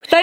二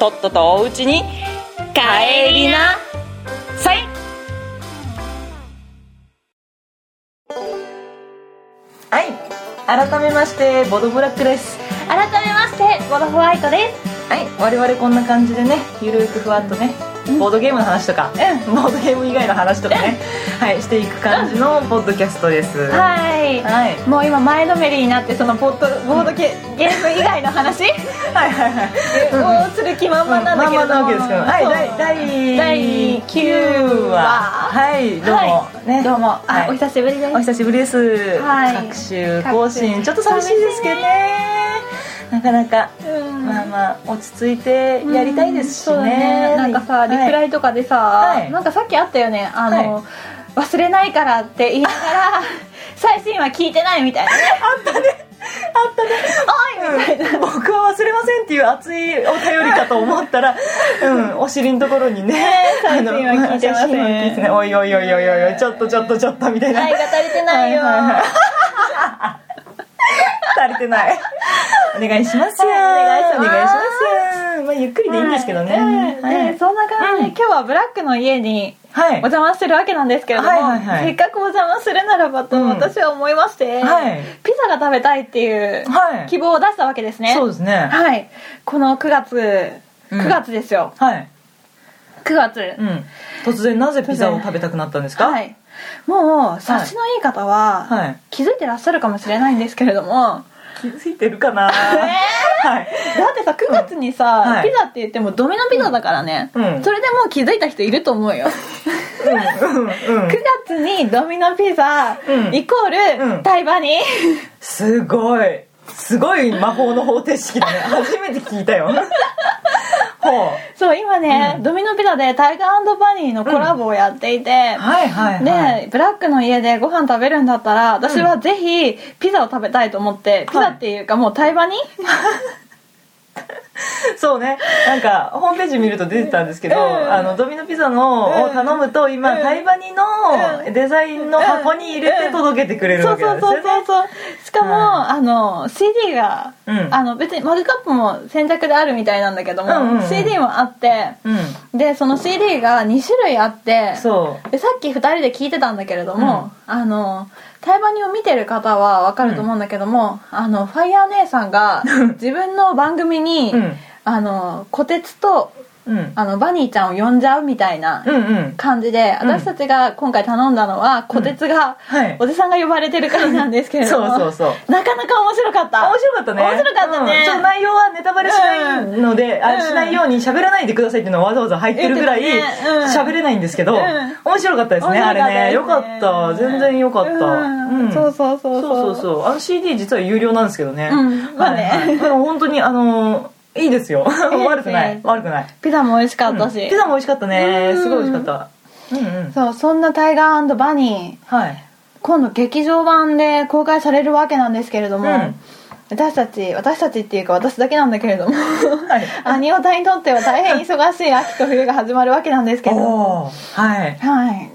とっととおうちに帰りなさいはい改めましてボドブラックです改めましてボドホワイトですはい我々こんな感じでねゆるくふわっとねボードゲームの話とか、ボードゲーム以外の話とかね、はい、していく感じのポッドキャストです、はいはいもう今前のめりになってそのポッドボードゲゲーム以外の話 はいはいはいをする気満々なんだけまれども、んまなわけですけど、はい、第第9九話話はいどうも、ねどうも、はあいお久しぶりですお久しぶりです、はい各週更新各週ちょっと寂しいですけどねなかなか、うんまあまあ落ち着いてやりたいですしね,、うんそうだねなんかさリプライイとかでさ、はいなんかさっきあったよねあの、は忘れないからって言いなが ら最新話聞いてないみたいなねあったねうん 僕は忘れませんっていう熱いお便りかと思った ら、うん、お尻のところにね最近は聞いてまあせんの最近は聞いてないおいおいおいおいおいちょっとちょっとちょっとみたいな愛が足りてないよ、はいはいはい足りてないお願いしますよ、はいお願いしますお願いしますよまあゆっくりでいいんですけどね、はいはいでそんな感じで、うん今日はブラックの家にはおい邪魔してるわけなんですけれども、はいはいはいせっかくお邪魔するならばとうん私は思いまして、はいピザが食べたいっていうはい希望を出したわけですね、そうですねはいこの9月うん9月ですよ、はい、 9う月、ん、突然なぜピザを食べたくなったんですかはい、もう察しのいい方は、はい気づいてらっしゃるかもしれないんですけれども気づいてるか な、はいだってさ9月にさ、うんはいピザって言ってもドミノピザだからね、うんそれでもう気づいた人いると思うようんうんう9ん月にドミノピザ、うんイコーうんル台場に、すごいすごい魔法の方程式だね初めて聞いた よほうそう今ね、うんドミノピザでタイガーバニーのコラボをやっていて、はいはいはい、でブラックの家でご飯食べるんだったら私はぜひピザを食べたいと思って、ピザっていうかもう台場に、そうねなんかホームページ見ると出てたんですけど、うんあのドミノピザのを頼むと今、うんタイバニうのんデザインの箱に入れて届けてくれるそわうけなんそうですそうよそうねそうしかも、はあの CD が、うんあの別にマグカップも選択であるみたいなんだけども、うんうんうん CD もあって、うでその CD が2種類あってんそでさっき2人で聞いてたんだけれども、あの対バニを見てる方は分かると思うんだけども、あのファイヤー姉さん が自分の番組に、うんあの虎鉄とううんあのバニーちゃんを呼んじゃうみたいなうんうん感じで、うん私たちが今回頼んだのは虎鉄が、はいおじさんが呼ばれてる回なんですけれども そうそうそうなかなか面白かった面白かったね面白かったねうんちょっと内容はネタバレしないので、うんあしないように喋らないでくださいっていうのはわざわざ入ってるぐらい言ってたねうん喋れないんですけど、うん面白かったですね面白かあったですねれねよかった全然よかった、うんそうそうそそうそううそうそうあの CD 実は有料なんですけどね、うんまあねはいはいでも本当にあのいいですよ悪くない悪くないピザも美味しかったし、ピザも美味しかったねうんすごい美味しかったうんうんそうそんなタイガーバニーはい今度劇場版で公開されるわけなんですけれども、うん私たち私たちっていうか私だけなんだけれど もはいアニオタにとっては大変忙 しい秋と冬が始まるわけなんですけれどもおーはいはい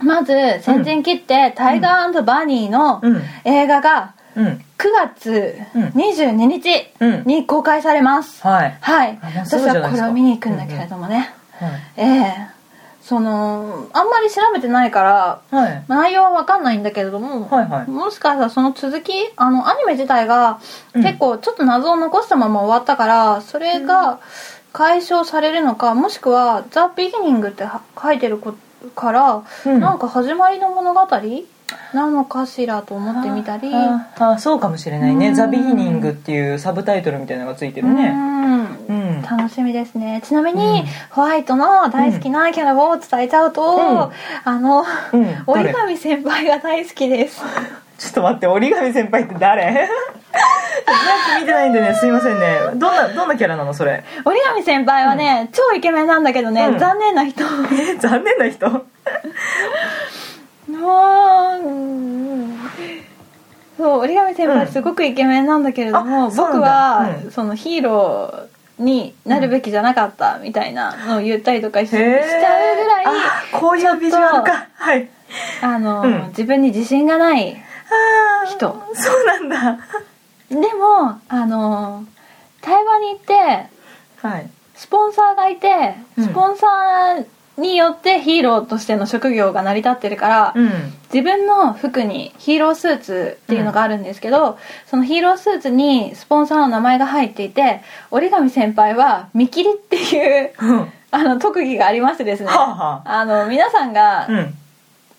まず先陣切って、タイガーバニーのうん映画がうん9月22うん日に公開されます、はいはいあもうす私ぐじゃないですかはこれを見に行くんだけれどもね、はいええそのあんまり調べてないからはい内容は分かんないんだけれども、はいはいもしかしたらその続きあのアニメ自体がうん結構ちょっと謎を残したまま終わったから、それが解消されるのかもしくは「ザ・ビギニング」っては書いてるこから、うんなんか始まりの物語なのかしらと思ってみたり。あああそうかもしれないね「うんザ・ビギニング」っていうサブタイトルみたいなのがついてうるねんうん楽しみですねちなみに、うんホワイトの大好きなキャラを伝えちゃうと、んあの、うん折り紙先輩が大好きですちょっと待って折り紙先輩って誰ナイキ見てないんでねすいませんねどんなどんなキャラなのそれ 折紙先輩はね、超イケメンなんだけどね、うん残念な人もえ残念な人ううんそう折紙先輩うんすごくイケメンなんだけれども、あそうなんだ僕は、うんそのヒーローになるべきじゃなかったみたいなのを言ったり とかし,、しちゃうぐらいあーこういうビジュアルかはいあの、うん自分に自信がないあー人そうなんだでもあの台湾に行ってはいスポンサーがいてうんスポンサーによってヒーローとしての職業が成り立ってるから、うん自分の服にヒーロースーツっていうのがあるんですけど、そのヒーロースーツにスポンサーの名前が入っていて折紙先輩は見切りっていううんはあの特技がありましてですね、あはあの皆さんがあうん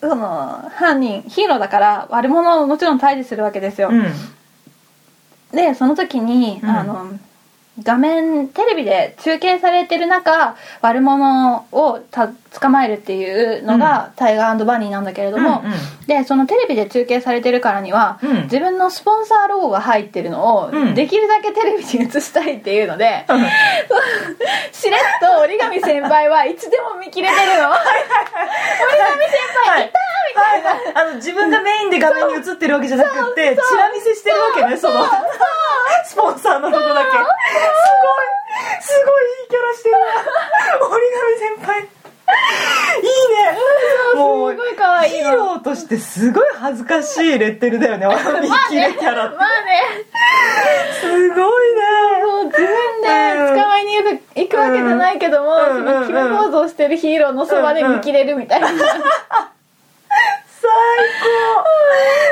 その犯人ヒーローだから悪者をもちろん退治するわけですよ、うんでその時に、うんあの画面テレビで中継されてる中悪者をた捕まえるっていうのが、タイガーバニーなんだけれども、うんうんでそのテレビで中継されてるからには、うん自分のスポンサーロゴが入ってるのを、うんできるだけテレビに映したいっていう ので、うんしれっと折紙先輩はいつでも見切れてるの折紙先輩いたはいはいあの自分がメインで画面に映ってるわけじゃなくてチラ見せしてるわけねそのスポンサーのロゴだけすごいすごいいいキャラしてるな折り紙先輩いいねもうすごい可愛いヒのーローとしてすごい恥ずかしいレッテルだよ ね見切れキャラってまあねすごいねそう自分で捕まえに行く行くわけじゃないけども、うんその決めポーズをしてるヒーローのそばで見切れるみたいな、最高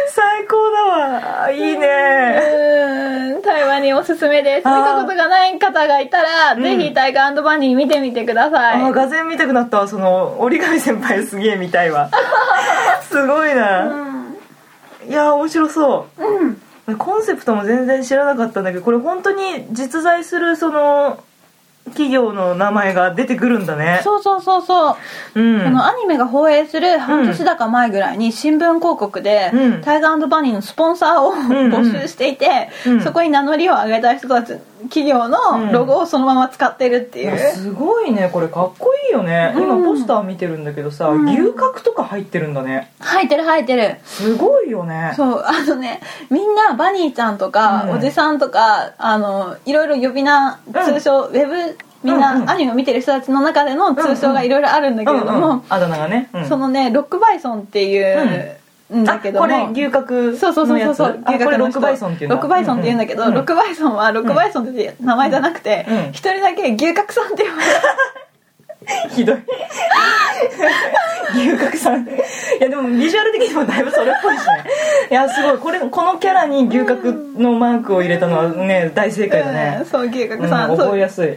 最高だわいいねうん台湾におすすめです見あーたことがない方がいたら、んぜひタイガーバニー見てみてくださいあ画然見たくなったわその折り紙先輩すげえ見たい わすごいな、いやー面白そう、コンセプトも全然知らなかったんだけどこれ本当に実在するその企業の名前が出てくるんだねそうそうそうそう、うんこのアニメが放映する半年だか前ぐらいに新聞広告で、うんタイガーバニーのスポンサーをん募集していて、うんそこに名乗りを上げた人たち企業のロゴをそのまま使ってるっていう、すごいねこれかっこいいよね、うん今ポスター見てるんだけどさ、うん牛角とか入ってるんだね生えてる生えてるすごいよ ねそうあのねみんなバニーちゃんとか、うんおじさんとかあのいろいろ呼び名通称、ウェブみんな、うんうんアニメを見てる人たちの中での通称がいろいろあるんだけれども、うんうんあだ名がね、うんそのねロックバイソンっていう、んだけどあこもれ牛角そうそうそのうやそうつそうあこれロックバイソンっていうんだロックバイソンって言うんだけど、うんロックバイソンはロックバイソンって名前じゃなくてうん一、人だけ牛角さんって呼ばれてひどい牛角さんいやでもビジュアル的にもだいぶそれっぽいしねいやすごいこれこのキャラに牛角のマークを入れたのはね大正解だうんね、そう牛うん角さん、そ覚えうやすい、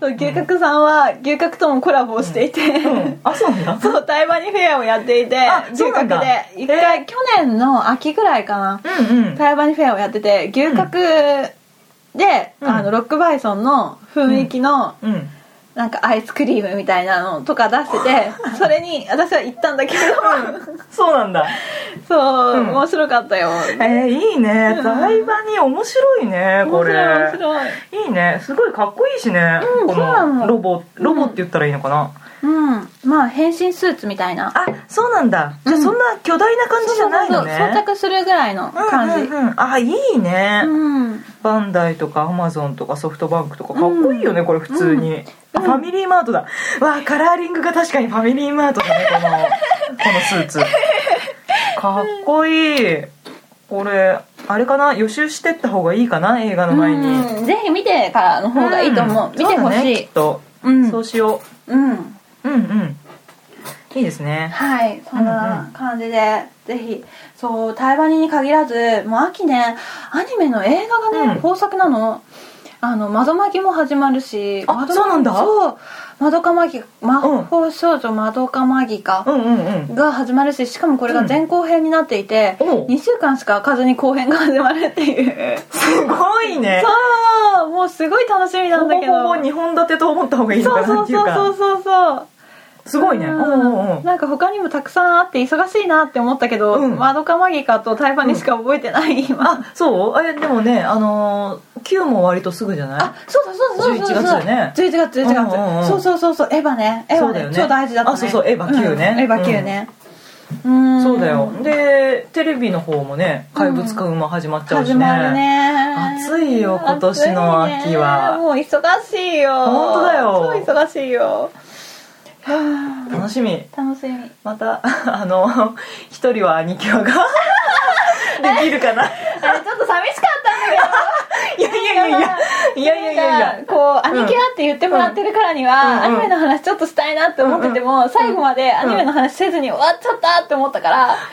そう牛角さんは牛角ともコラボをしていて、うん、あそうなんだそう台湾にフェアをやっていてあそう牛なんだ角で一回、去年の秋ぐらいかな、うんうん台湾にフェアをやってて牛角で、うんあのロックバイソンの雰囲気の、うんなんかアイスクリームみたいなのとか出しててそれに私は行ったんだけど、そうなんだそう、うん面白かったよえー、いいね台場に面白いねこ面れ白い面白いいいねすごいかっこいいしね、うんこそうなののロボロボって言ったらいいのかな、うんまあ変身スーツみたいなあそうなんだじゃあそんな巨大な感じじゃないのねそうそうそう装着するぐらいの感じうんうんうんあいいね、うんバンダイとかアマゾンとかソフトバンクとかかっこいいよね、これ普通に、あファミリーマートだわあカラーリングが確かにファミリーマートだねこ のこのスーツかっこいいこれあれかな予習してった方がいいかな映画の前に、うんぜひ見てからの方がいいと思う、ん見てほしそうだねいきっと、うんそうしようんううんうんいいですねはいそんうんうな感じで、ぜひそう台湾に限らずもう秋ねアニメの映画がね、うん豊作なのあの窓巻きも始まるしあ窓巻きそうなんだそう窓かマギ魔法少女窓かマギか、うんうんうんが始まるししかもこれが前後編になっていて、うんおう2週間しか開かずに後編が始まるっていうすごいねそうもうすごい楽しみなんだけどほぼほぼ2本立てと思った方がいいそのうかそなうっていうそうかそうそうそうすごいね。ううんんうんうん。なんか他にもたくさんあって忙しいなって思ったけど、うんマドカマギカと台湾にしか覚えてない今、あ、そうえ、でもね、あのー、Q も割とすぐじゃないあそうだそうだそうだそ11うだ月だよね11月11月、うんうんうんそうそうそうそうエヴァねエヴそァうだねよね超大事だったねあそうそうエヴァ9ねうんエヴァ9ねうんそうだよ。で、テレビの方もね、怪物くんも始まっちゃうし始ね。まるね暑いよ今年の秋は暑いねもう忙しいよ本当だよ超忙しいよは楽しみ。あ楽しみまた、 あの、一人は兄貴はが できるかな。あれちょっと寂しかったんだいやいやいやいや。けいどやいやいやいなやん。かこう「アニキュア」って言ってもらってるからには、うんうんアニメの話ちょっとしたいなって思ってても、最後までアニメの話せずに終わっちゃったって思ったから、あはあ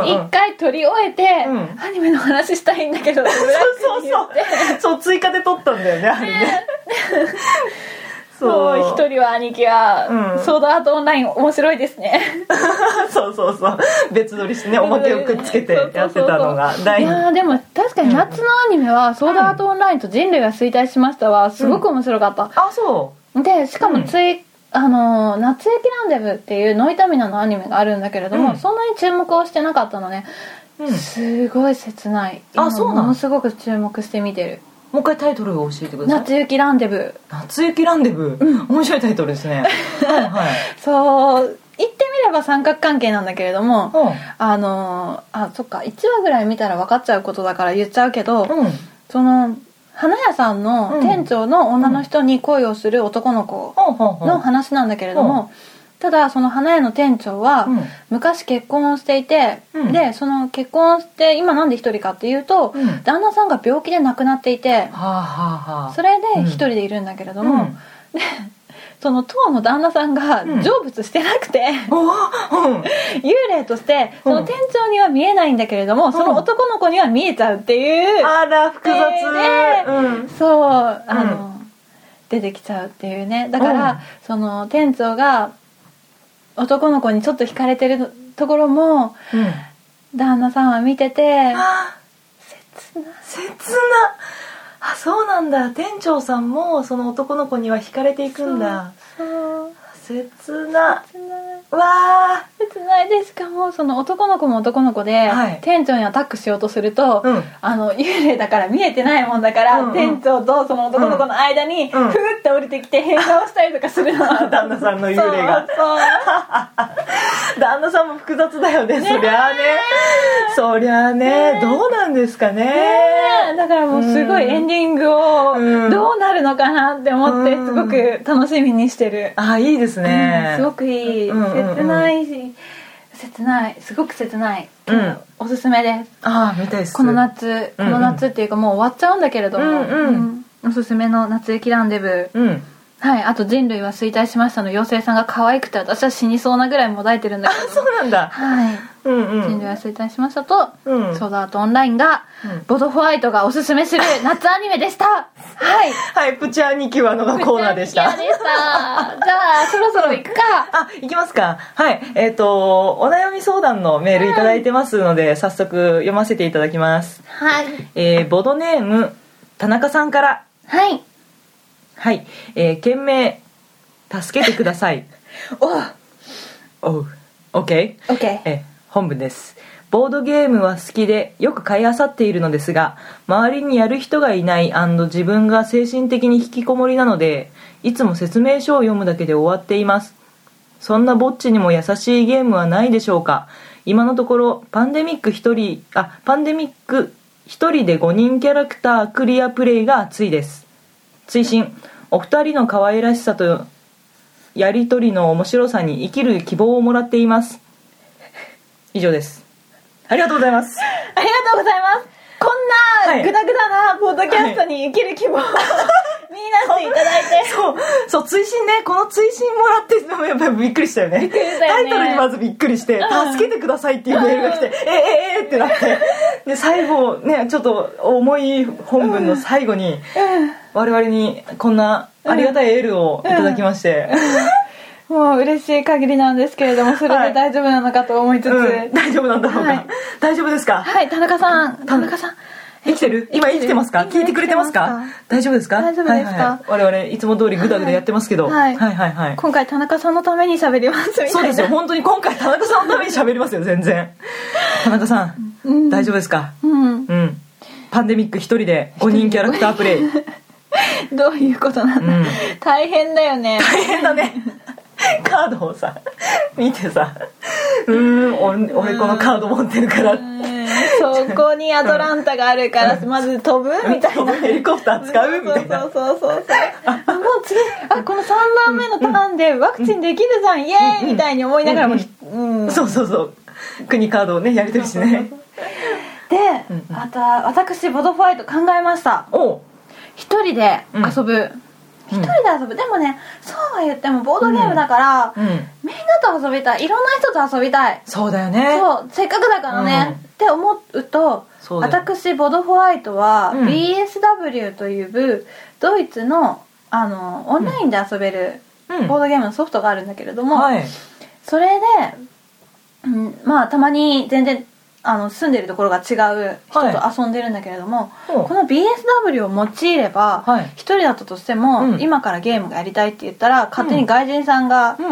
うんううんうん一回撮り終えて、うんアニメの話したいんだけどってブラッそうクに言そってう。そう、追加で撮ったんだよね、あれね。そう一人は兄貴は、うんソードアートオンライン面白いですねそうそうそう別撮りしてねおまけをくっつけてやってたのがい第2やーでも確かに夏のアニメは「ソードアートオンライン」と「人類が衰退しました」はすごく面白かった、あそでしかもつい、あのー夏駅ランデブーっていうノイタミナのアニメがあるんだけれども、うんそんなに注目をしてなかったのね、う、うん、もすごい切ないあ今そうなのものすごく注目して見てるう一回タイトルを教えてください夏雪ランデブー「夏雪ランデブー」面白いタイトルです ねはいはいそう言ってみれば三角関係なんだけれどもうあのーあそっか1話ぐらい見たら分かっちゃうことだから言っちゃうけど、んうんその花屋さんの店長の女の人に恋をする男の子ほんほんほんの話なんだけれども、ただその花屋の店長は、うん昔結婚をしていて、うんでその結婚して今なんで一人かっていうと、うん旦那さんが病気で亡くなっていてはあはあはあそれでうん一人でいるんだけれどうも、んその当の旦那さんがうん成仏してなくて、おーうん幽霊としてその店長には見えないんだけれども、その男の子には見えちゃうっていう、あら複雑ねうんそうあの、出てきちゃうっていうねだから、うんその店長が男の子にちょっと惹かれてるところもうん旦那さんは見ててあ切ない切なあそうなんだ店長さんもその男の子には惹かれていくんだそう切な切ないわ切ないでしかもその男の子も男の子で、はい店長にアタックしようとすると、うんあの幽霊だから見えてないもんだから、うんうん店長とその男の子の間に、うんふーって降りてきて変顔したりとかするのー旦那さんの幽霊がそうそう 旦那さんも複雑だよねそりゃあねそりゃあねどうなんですかねだからもうすごいエンディングをうんどうなるのかなって思ってうんすごく楽しみにしてる、あいいですうねんすごくいいうんうんうん切ないし切ないすごく切ない、うんおすすめですああ見たいですこの夏うこんうんの夏っていうかもう終わっちゃうんだけれども、うんうんうんおすすめの夏雪ランデブーうん はいあと「人類は衰退しました」の妖精さんが可愛くて私は死にそうなぐらいもだえてるんだけどそうなんだはいうんう人ん類は衰退しましたと、うんソードアートオンラインが、うんボドホワイトがおすすめする夏アニメでしたはいはいプチアニキュアのがコーナーでしめたっちゃ好きやでしたじゃあそろそろ行くかあ、いきますか。はい。えっ、と、お悩み相談のメールいただいてますので、早速読ませていただきます。はいえーボドネーム、田中さんから。はいはい。えー、件名、助けてください。 おおう。OK? オッケーえ本文ですボードゲームは好きでよく買いあさっているのですが周りにやる人がいない自分が精神的に引きこもりなのでいつも説明書を読むだけで終わっていますそんなぼっちにも優しいゲームはないでしょうか今のところパンデミック1人あパンデミック1人で5人キャラクタークリアプレイが熱いです追伸お二人の可愛らしさとやりとりの面白さに生きる希望をもらっています以上ですありがとうございますありがとうございますこんはないグダグダなポッドキャストに生きる希望を 見出していただい てそうそう追伸ねこの追伸もらってでもやっぱりびっくりしたよねくりしたよタねイトルにまずびっくりして「助けてください」っていうメールが来て「えええええってなってで最後ねちょっと重い本文の最後に我々にこんなありがたいエールをいただきまして、もう嬉しい限りなんですけれどもそれで大丈夫なのかと思いつつ、うん大丈夫なんだろうか、はい大丈夫ですかはい、田中さん。田中さん。生きてる今生きてますか生聞きてるいてくれてますか生きてます大丈夫ですか大丈夫ですかはいはい、我々いつも通りグダグダやってますけど、はいはいはいはい今回田中さんのために喋りますみたいなそうですよ本当に今回田中さんのために喋りますよ全然田中さん、うん大丈夫ですか うんうんパンデミック一人で5人キャラクタープレイどういうことなんだ、うん大変だよね大変だねカードをさ見てさうーん俺俺このカード持ってるからうんそこにアトランタがあるからまず飛ぶみたいなヘリコプター使うみたいなそうそうそうそうあもう次あこの3番目のターンでワクチンできるじゃんイエーイみたいに思いながらも、うんそうそうそう国カードをねやり取りしてねで、うんうんまた私ボドファイト考えましたおう一人で遊ぶ、うん一人で遊ぶでもねそうは言ってもボードゲームだから、うんみんなと遊びたいいろんな人と遊びたいそうだよねそうせっかくだからね、うんって思うとそうだよ私ボドホワイトは、うん BSW という部ドイツのあのオンラインで遊べる、うんボードゲームのソフトがあるんだけれども、はいそれで、うん、まあたまに全然あの住んでるところが違うは人と遊んでるんだけれども、ほうこの BSW を用いればはい一人だったとしても、うん今からゲームがやりたいって言ったら勝手に外人さんが、うん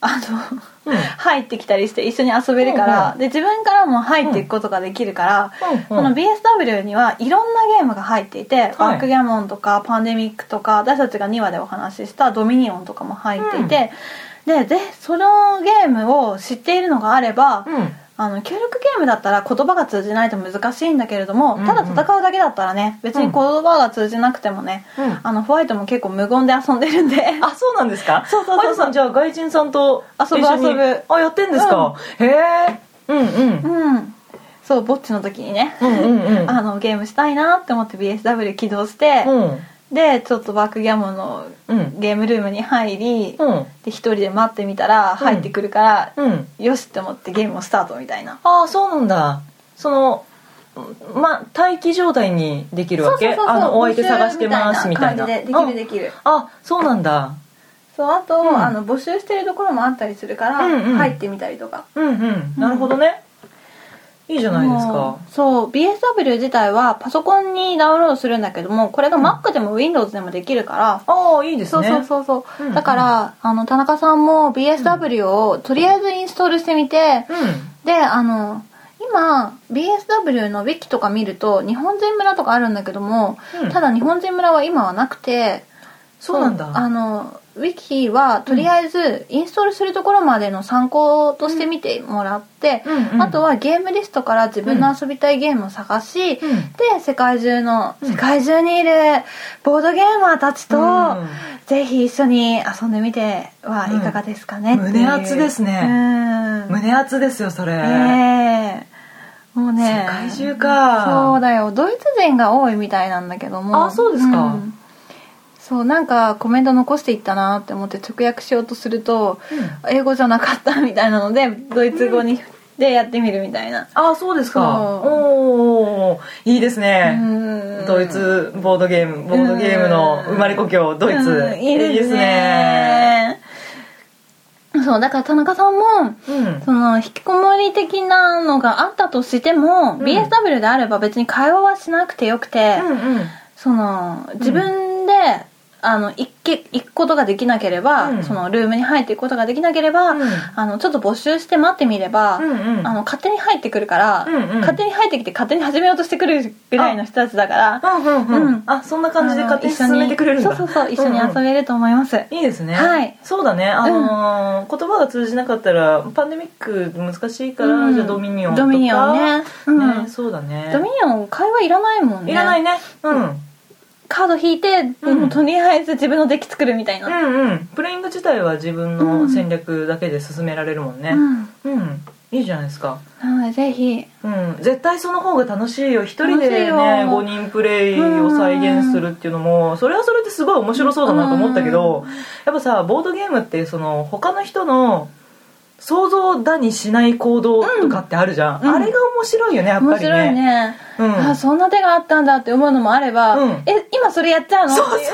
あの。うん入ってきたりして一緒に遊べるから、うんうんで自分からも入っていくことができるから、うんうんこの BSW にはいろんなゲームが入っていて、はいバックギャモンとかパンデミックとか私たちが2話でお話ししたドミニオンとかも入っていて、でぜそのゲームを知っているのがあれば、うんあの協力ゲームだったら言葉が通じないと難しいんだけれどうも、んうんただ戦うだけだったらね別に言葉が通じなくてもね、うんあのホワイトも結構無言で遊んでるんであそうなんですかそうそうそうそうマリさんじゃあ外人さんと一緒に遊ぶ遊ぶあやってんですか、へえうんうんうんそうぼっちの時にね、うんうんうんあのゲームしたいなって思って BSW 起動して、うんでちょっとバックギャモンのうんゲームルームに入り、うでん一人で待ってみたら入ってくるから、うんよしって思ってゲームをスタートみたいなああそうなんだそのま待機状態にできるわけあのお相手探してますみたいな募集みたいな感じでうんできるできるあそうなんだそうあと、うんあの募集してるところもあったりするから、うんうん入ってみたりとかうんうんなるほどね、いいじゃないですかもうそう BSW 自体はパソコンにダウンロードするんだけどもこれが Mac でも Windows でもできるから、ああいいですそうねそうそうそう、うんうんだからあの田中さんも BSW をとりあえずインストールしてみて、うであの今 BSW のウィキとか見ると日本人村とかあるんだけども、うんただ日本人村は今はなくてそうなんだあのウィキはとりあえずインストールするところまでの参考として見てもらって、うんうんあとはゲームリストから自分の遊びたいゲームを探し、うんで世界中の、うん世界中にいるボードゲーマーたちと、うんぜひ一緒に遊んでみてはいかがですかね、うんっていう胸熱ですねうんん胸熱ですよそれ、ねえもうね世界中かそうだよドイツ人が多いみたいなんだけどもあそうですかんそうなんかコメント残していったなって思って直訳しようとすると、英語じゃなかったみたいなのでドイツ語に、でやってみるみたいな、ああそうですかそうおおいいですね、うんドイツボードゲームボードゲームの生まれ故郷ドイツ、うんいいですねいいですねそうだから田中さんもうんその引きこもり的なのがあったとしても、ん BSW であれば別に会話はしなくてよくて、うんうんその自分で、あの行け行くことができなければ、うんそのルームに入っていくことができなければ、うんあのちょっと募集して待ってみれば、うんうんあの勝手に入ってくるから、うんうん勝手に入ってきて勝手に始めようとしてくるぐらいの人たちだからうんうんううんん、あそんな感じで勝手にあの進めてくれるんだ一緒にそうそうそう一緒にうんうん遊べると思います、いいですね、はいそうだね、あのー言葉が通じなかったらパンデミック難しいから、うんじゃあドミニオンとかドミニオンねうんねそうだねドミニオン会話いらないもんねいらないね、うん、うんカード引いて、うんもうとりあえず自分のデッキ作るみたいな、うんプレイング自体は自分の戦略だけで進められるもんねうんうん、いいじゃないですかなのでぜひうん、絶対その方が楽しいよ一人で楽しいねよ5人プレイを再現するっていうのもそれはそれですごい面白そうだなと思ったけどやっぱさボードゲームってその他の人の想像だにしない行動とかってあるじゃん、うんあれが面白いよねやっぱ面りね白いねうん、あそんな手があったんだって思うのもあれば、うんえ今それやっちゃうのそう そうってい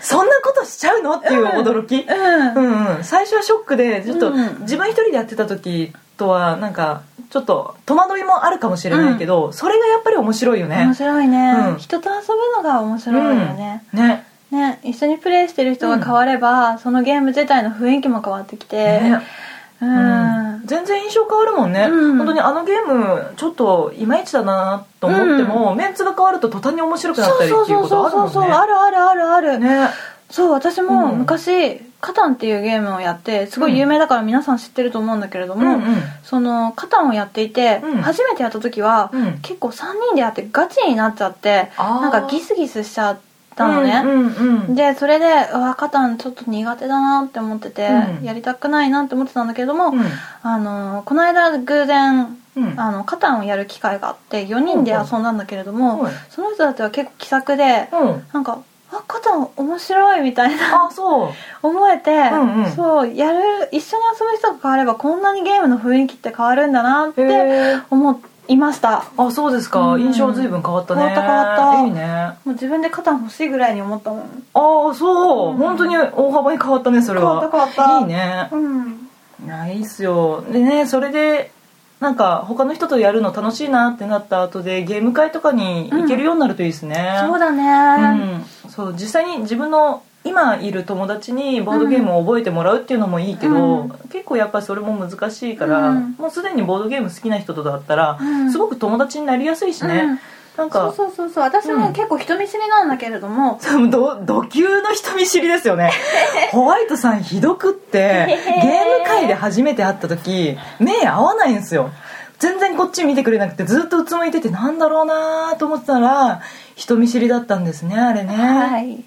そうそんなことしちゃうのっていう驚き、ううんうんうん、最初はショックでちょっとうん自分一人でやってた時とはなんかちょっと戸惑いもあるかもしれないけど、それがやっぱり面白いよ面ね白いね、うん人と遊ぶのが面白いよね、うんねね一緒にプレイしてる人が変われば、そのゲーム自体の雰囲気も変わってきて、ねう、うんん全然印象変わるもんね、うん本当にあのゲームちょっといまいちだなと思っても、メンツが変わると途端に面白くなったりっていうことあるもんねあるあるあるある、ねそう私もうん昔、カタンっていうゲームをやってすごい有名だから皆さん知ってると思うんだけれどうんも、うんそのカタンをやっていて、うん初めてやった時は、うん結構3人でやってガチになっちゃってあーなんかギスギスしちゃったのね、うんうんうんでそれで「うわカタンちょっと苦手だな」って思ってて、うんやりたくないなって思ってたんだけれども、うんあのこの間偶然うんあのカタンをやる機会があって4人で遊んだんだけれども、はいその人たちは結構気さくでうんなんか「あカタン面白い」みたいな あそう思えて、んうんそうやる一緒に遊ぶ人が変わればこんなにゲームの雰囲気って変わるんだなっへてえ思いましたあそうですか、うん印象ずいぶん変わったね変わった変わったいいねあもう自分でカタン欲しいぐらいに思ったもんあそう、うん本当に大幅に変わったねそれ変わったは変わったいいねうんいやいいっすよでねそれでなんか他の人とやるの楽しいなってなった後でゲーム会とかに行けるようになるといいですね、そうだうね、んそう実際に自分の今いる友達にボードゲームを覚えてもらうっていうのもいいけど、うん結構やっぱりそれも難しいから、うんもうすでにボードゲーム好きな人とだったら、うんすごく友達になりやすいしね、うんなんそうかそうそうそう私うもん結構人見知りなんだけれども、そうど土級の人見知りですよ ねホワイトさんひどくってゲーム会で初めて会った時目合わないんですよ全然こっち見てくれなくてずっとうつむいててなんだろうなーと思ってたら人見知りだったんですねあれね、はい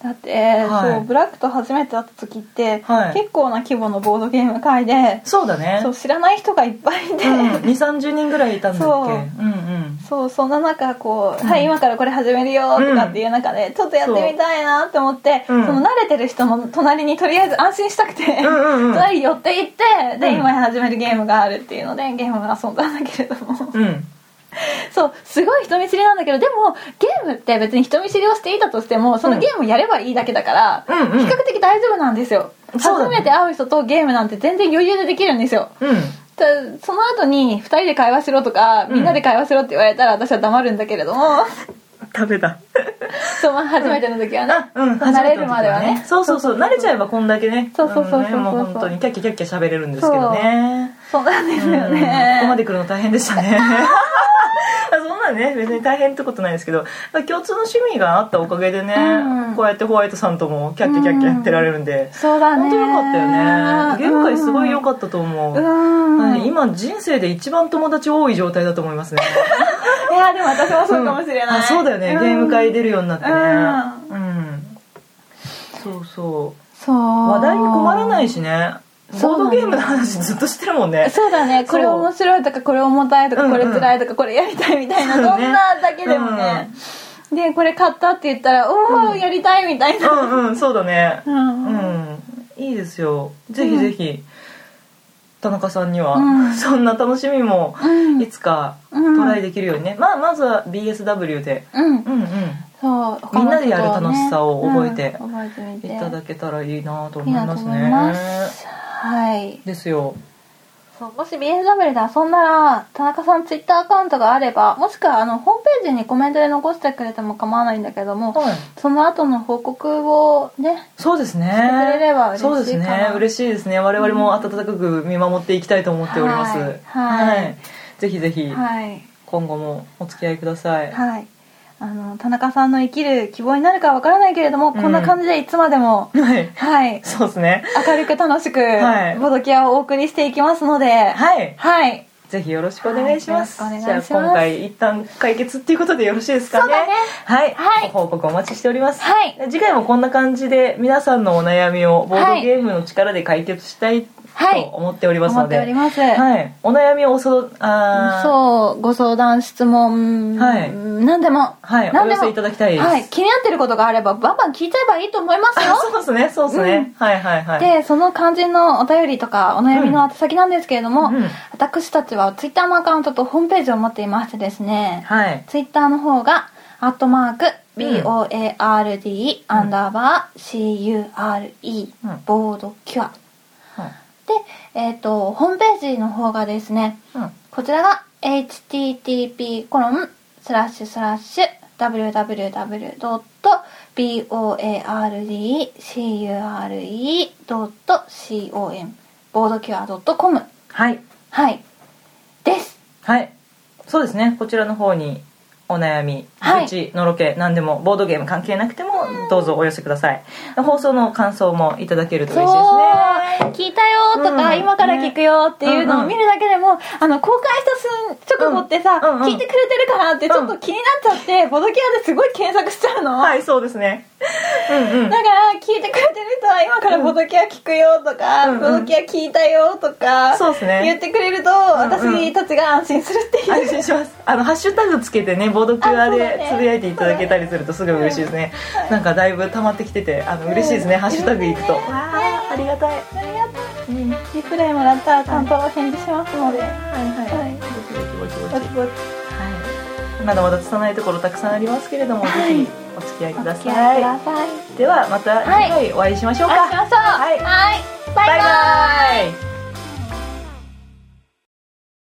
だって、はいそうブラックと初めて会った時って、はい結構な規模のボードゲーム会でそうだねそう知らない人がいっぱいいて、 2三3 0人ぐらいいたんだっそうけうんうんそうそんな中こう「うんはい今からこれ始めるよ」とかっていう中で、ちょっとやってみたいなって思ってそ、そううんの慣れてる人の隣にとりあえず安心したくて、うんうんうん 隣に寄って行ってで、うん今始めるゲームがあるっていうのでゲームを遊んだんだけれどもうんそうすごい人見知りなんだけどでもゲームって別に人見知りをしていたとしてもそのゲームをやればいいだけだから、うんうん比較的大丈夫なんですよ、そうだ初ねめて会う人とゲームなんて全然余裕でできるんですようんたその後に2人で会話しろとか、んみんなで会話しろって言われたら私は黙るんだけれ ども食べたそう、まあ、初めての時はね、うんそう 慣れるまでは初めての時ねそうそうそう慣れちゃえばこんだけねそうそうそうそうそうんねもう本当にキャッキャキャッキャ喋れるんですけどねそうなんですうんよここまね、で来るの大変でした ねそんなね別に大変ってことないですけどまあ共通の趣味があったおかげでね、うんこうやってホワイトさんともキャッキャキャッキャやってられるんで、そうだ本ね当よかったよねゲーム界すごい良っかったと思う、うん、はい今人生で一番友達多い状態だと思いますねいやでも私も そうかもしれない、あそうだよね、んゲーム会出るようになってねうん、そうそうそう話題に困らないししねそボーうドなんだゲームの話ずっとしてるもんねそうだねこれそう面白いとかこれ重たいとかうんうこんれ辛いとかこれやりたいみたいなそうねそんなだけでもねでこれ買ったって言ったらおおやりたいみたいうな、んうんそうだねううんんいいですよぜひぜひ、田中さんには、うん そんな楽しみもうんいつかうんトライできるようにね、まあまずは BSW でうんうんうんそうみんなでやる楽しさを覚えて他の人はねうん覚えてみていただけたらいいなといい思いなまとす思ねいますはいですよそうもし BSW で遊んだら田中さんツイッターアカウントがあればもしくはあのホームページにコメントで残してくれても構わないんだけどもはいその後の報告をねそうですね。てくれれば嬉しいかなそうですね。嬉しいですね。我々も温かく見守っていきたいと思っております。はいはいぜひぜひはい今後もお付き合いください。はいあの田中さんの生きる希望になるかわからないけれどうも、んこんな感じでいつまでもはい。はいそうですね。明るく楽しく、はいボドキアをお送りしていきますのではい、はい。ぜひよろしくお願いします。はいじよろしくお願ゃいあします今回一旦解決っていうことでよろしいですかね。そうだねはい。はいご報告お待ちしております。はい次回もこんな感じで皆さんのお悩みをボードゲームの力で解決したいと思っております思のっで。ております、はい。お悩みをおそあーそうご相談質問、はい何でもはい何おで寄もせいただきたいですはい、気になってることがあればバンバン聞いちゃえばいいと思いますよあそうですね、そうですね。はいはいはい。でその肝心のお便りとかお悩みの宛先なんですけれども、うん私たちはツイッターのアカウントとホームページを持っていましてですね、はい。ツイッターの方が「アットマークうん BOARD アンダーバー CURE うんボードキュア」えっとホームページの方がですねうんこちらが http コロンスラッシュスラッシュ www.boardcure.com ボードキュア .com はいはいですはいそうですねこちらの方にお悩みはい愚痴のろけ何でもボードゲーム関係なくてもどうぞお寄せください放送の感想もいただけると嬉しいですねそう聞いたよとか、うん今から聞くよっていうのねを見るだけでも、あの公開したすん直後ってさ、うんうんうん聞いてくれてるかなってちょっと気になっちゃって、ボドキアですごい検索しちゃうの、はいそうですねうん うんだから聞いてくれてる人は今からボドキア聞くよとか、うんうんボドキア聞いたよとか、そうですね言ってくれると、うん私たちが安心するっていう、安心しますあのハッシュタグつけてねボードキュアあそうだでねつぶやいていただけたりするとすごい嬉しいですねなんかだいぶ溜まってきててあの嬉しいですねハッシュタグいくとねわあありがたいありがとう、リプレイもらったらちゃんとお返事しますので、はいはいぼちぼちぼちぼぼちちぼちはいまだまだ拙いところたくさんありますけれども、はいぜひお付き合いおくだ付き合いくさださい、いではまた次回お会いしましょうか、あしましょうはいはい、バイババイイバイ